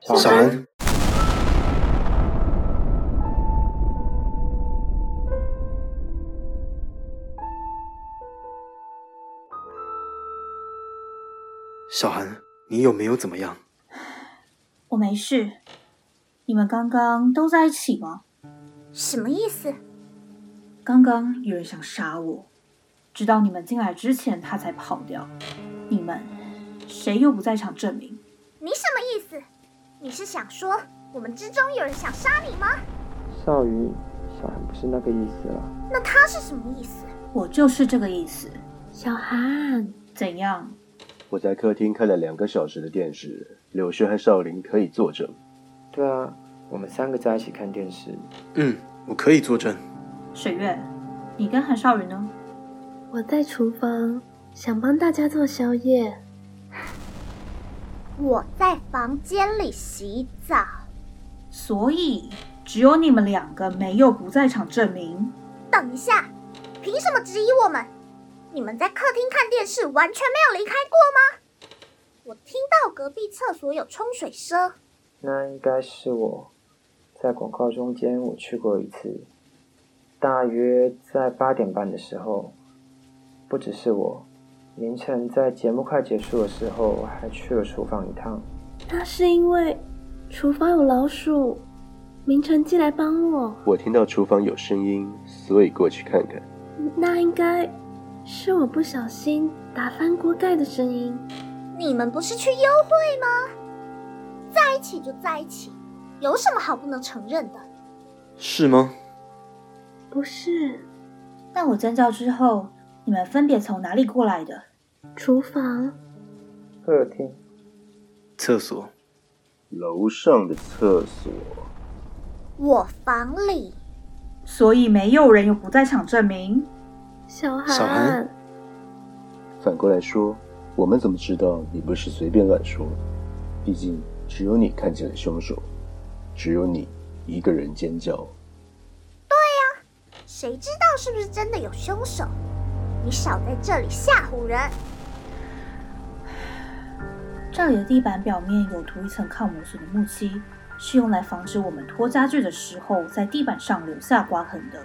小三，小韩，你有没有怎么样？我没事。你们刚刚都在一起吗？什么意思？刚刚有人想杀我，直到你们进来之前他才跑掉。你们谁又不在场证明？你什么意思？你是想说我们之中有人想杀你吗？少云，小韩不是那个意思了。那他是什么意思？我就是这个意思。小韩，怎样？我在客厅看了两个小时的电视，柳絮和少林可以作证。对啊，我们三个在一起看电视。嗯，我可以作证。水月，你跟韩少云呢？我在厨房想帮大家做宵夜。我在房间里洗澡。所以只有你们两个没有不在场证明。等一下，凭什么质疑我们？你们在客厅看电视，完全没有离开过吗？我听到隔壁厕所有冲水声。那应该是我，在广告中间我去过一次，大约在八点半的时候。不只是我，凌晨在节目快结束的时候还去了厨房一趟。那是因为厨房有老鼠，明晨进来帮我。我听到厨房有声音，所以过去看看。那应该是我不小心打翻锅盖的声音。你们不是去幽会吗？在一起就在一起，有什么好不能承认的？是吗？不是，但我尖叫之后，你们分别从哪里过来的？厨房客厅，厕所，楼上的厕所，我房里。所以没有人有不在场证明。小韩，小韩反过来说，我们怎么知道你不是随便乱说？毕竟只有你看起来凶手，只有你一个人尖叫。谁知道是不是真的有凶手？你少在这里吓唬人！这里的地板表面有涂一层抗磨损的木漆，是用来防止我们拖家具的时候在地板上留下刮痕的。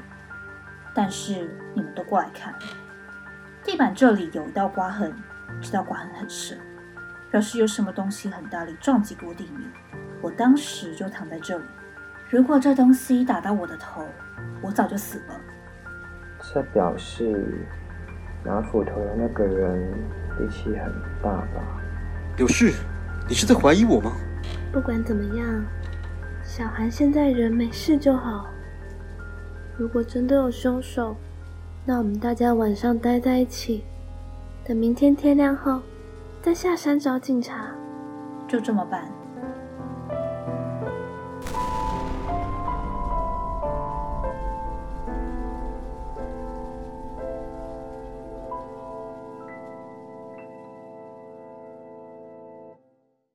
但是你们都过来看，地板这里有一道刮痕，这道刮痕很深，表示有什么东西很大力撞击过地面。我当时就躺在这里，如果这东西打到我的头，我早就死了。这表示拿斧头的那个人力气很大吧？柳絮，你是在怀疑我吗？不管怎么样，小韩现在人没事就好。如果真的有凶手，那我们大家晚上待在一起，等明天天亮后再下山找警察。就这么办。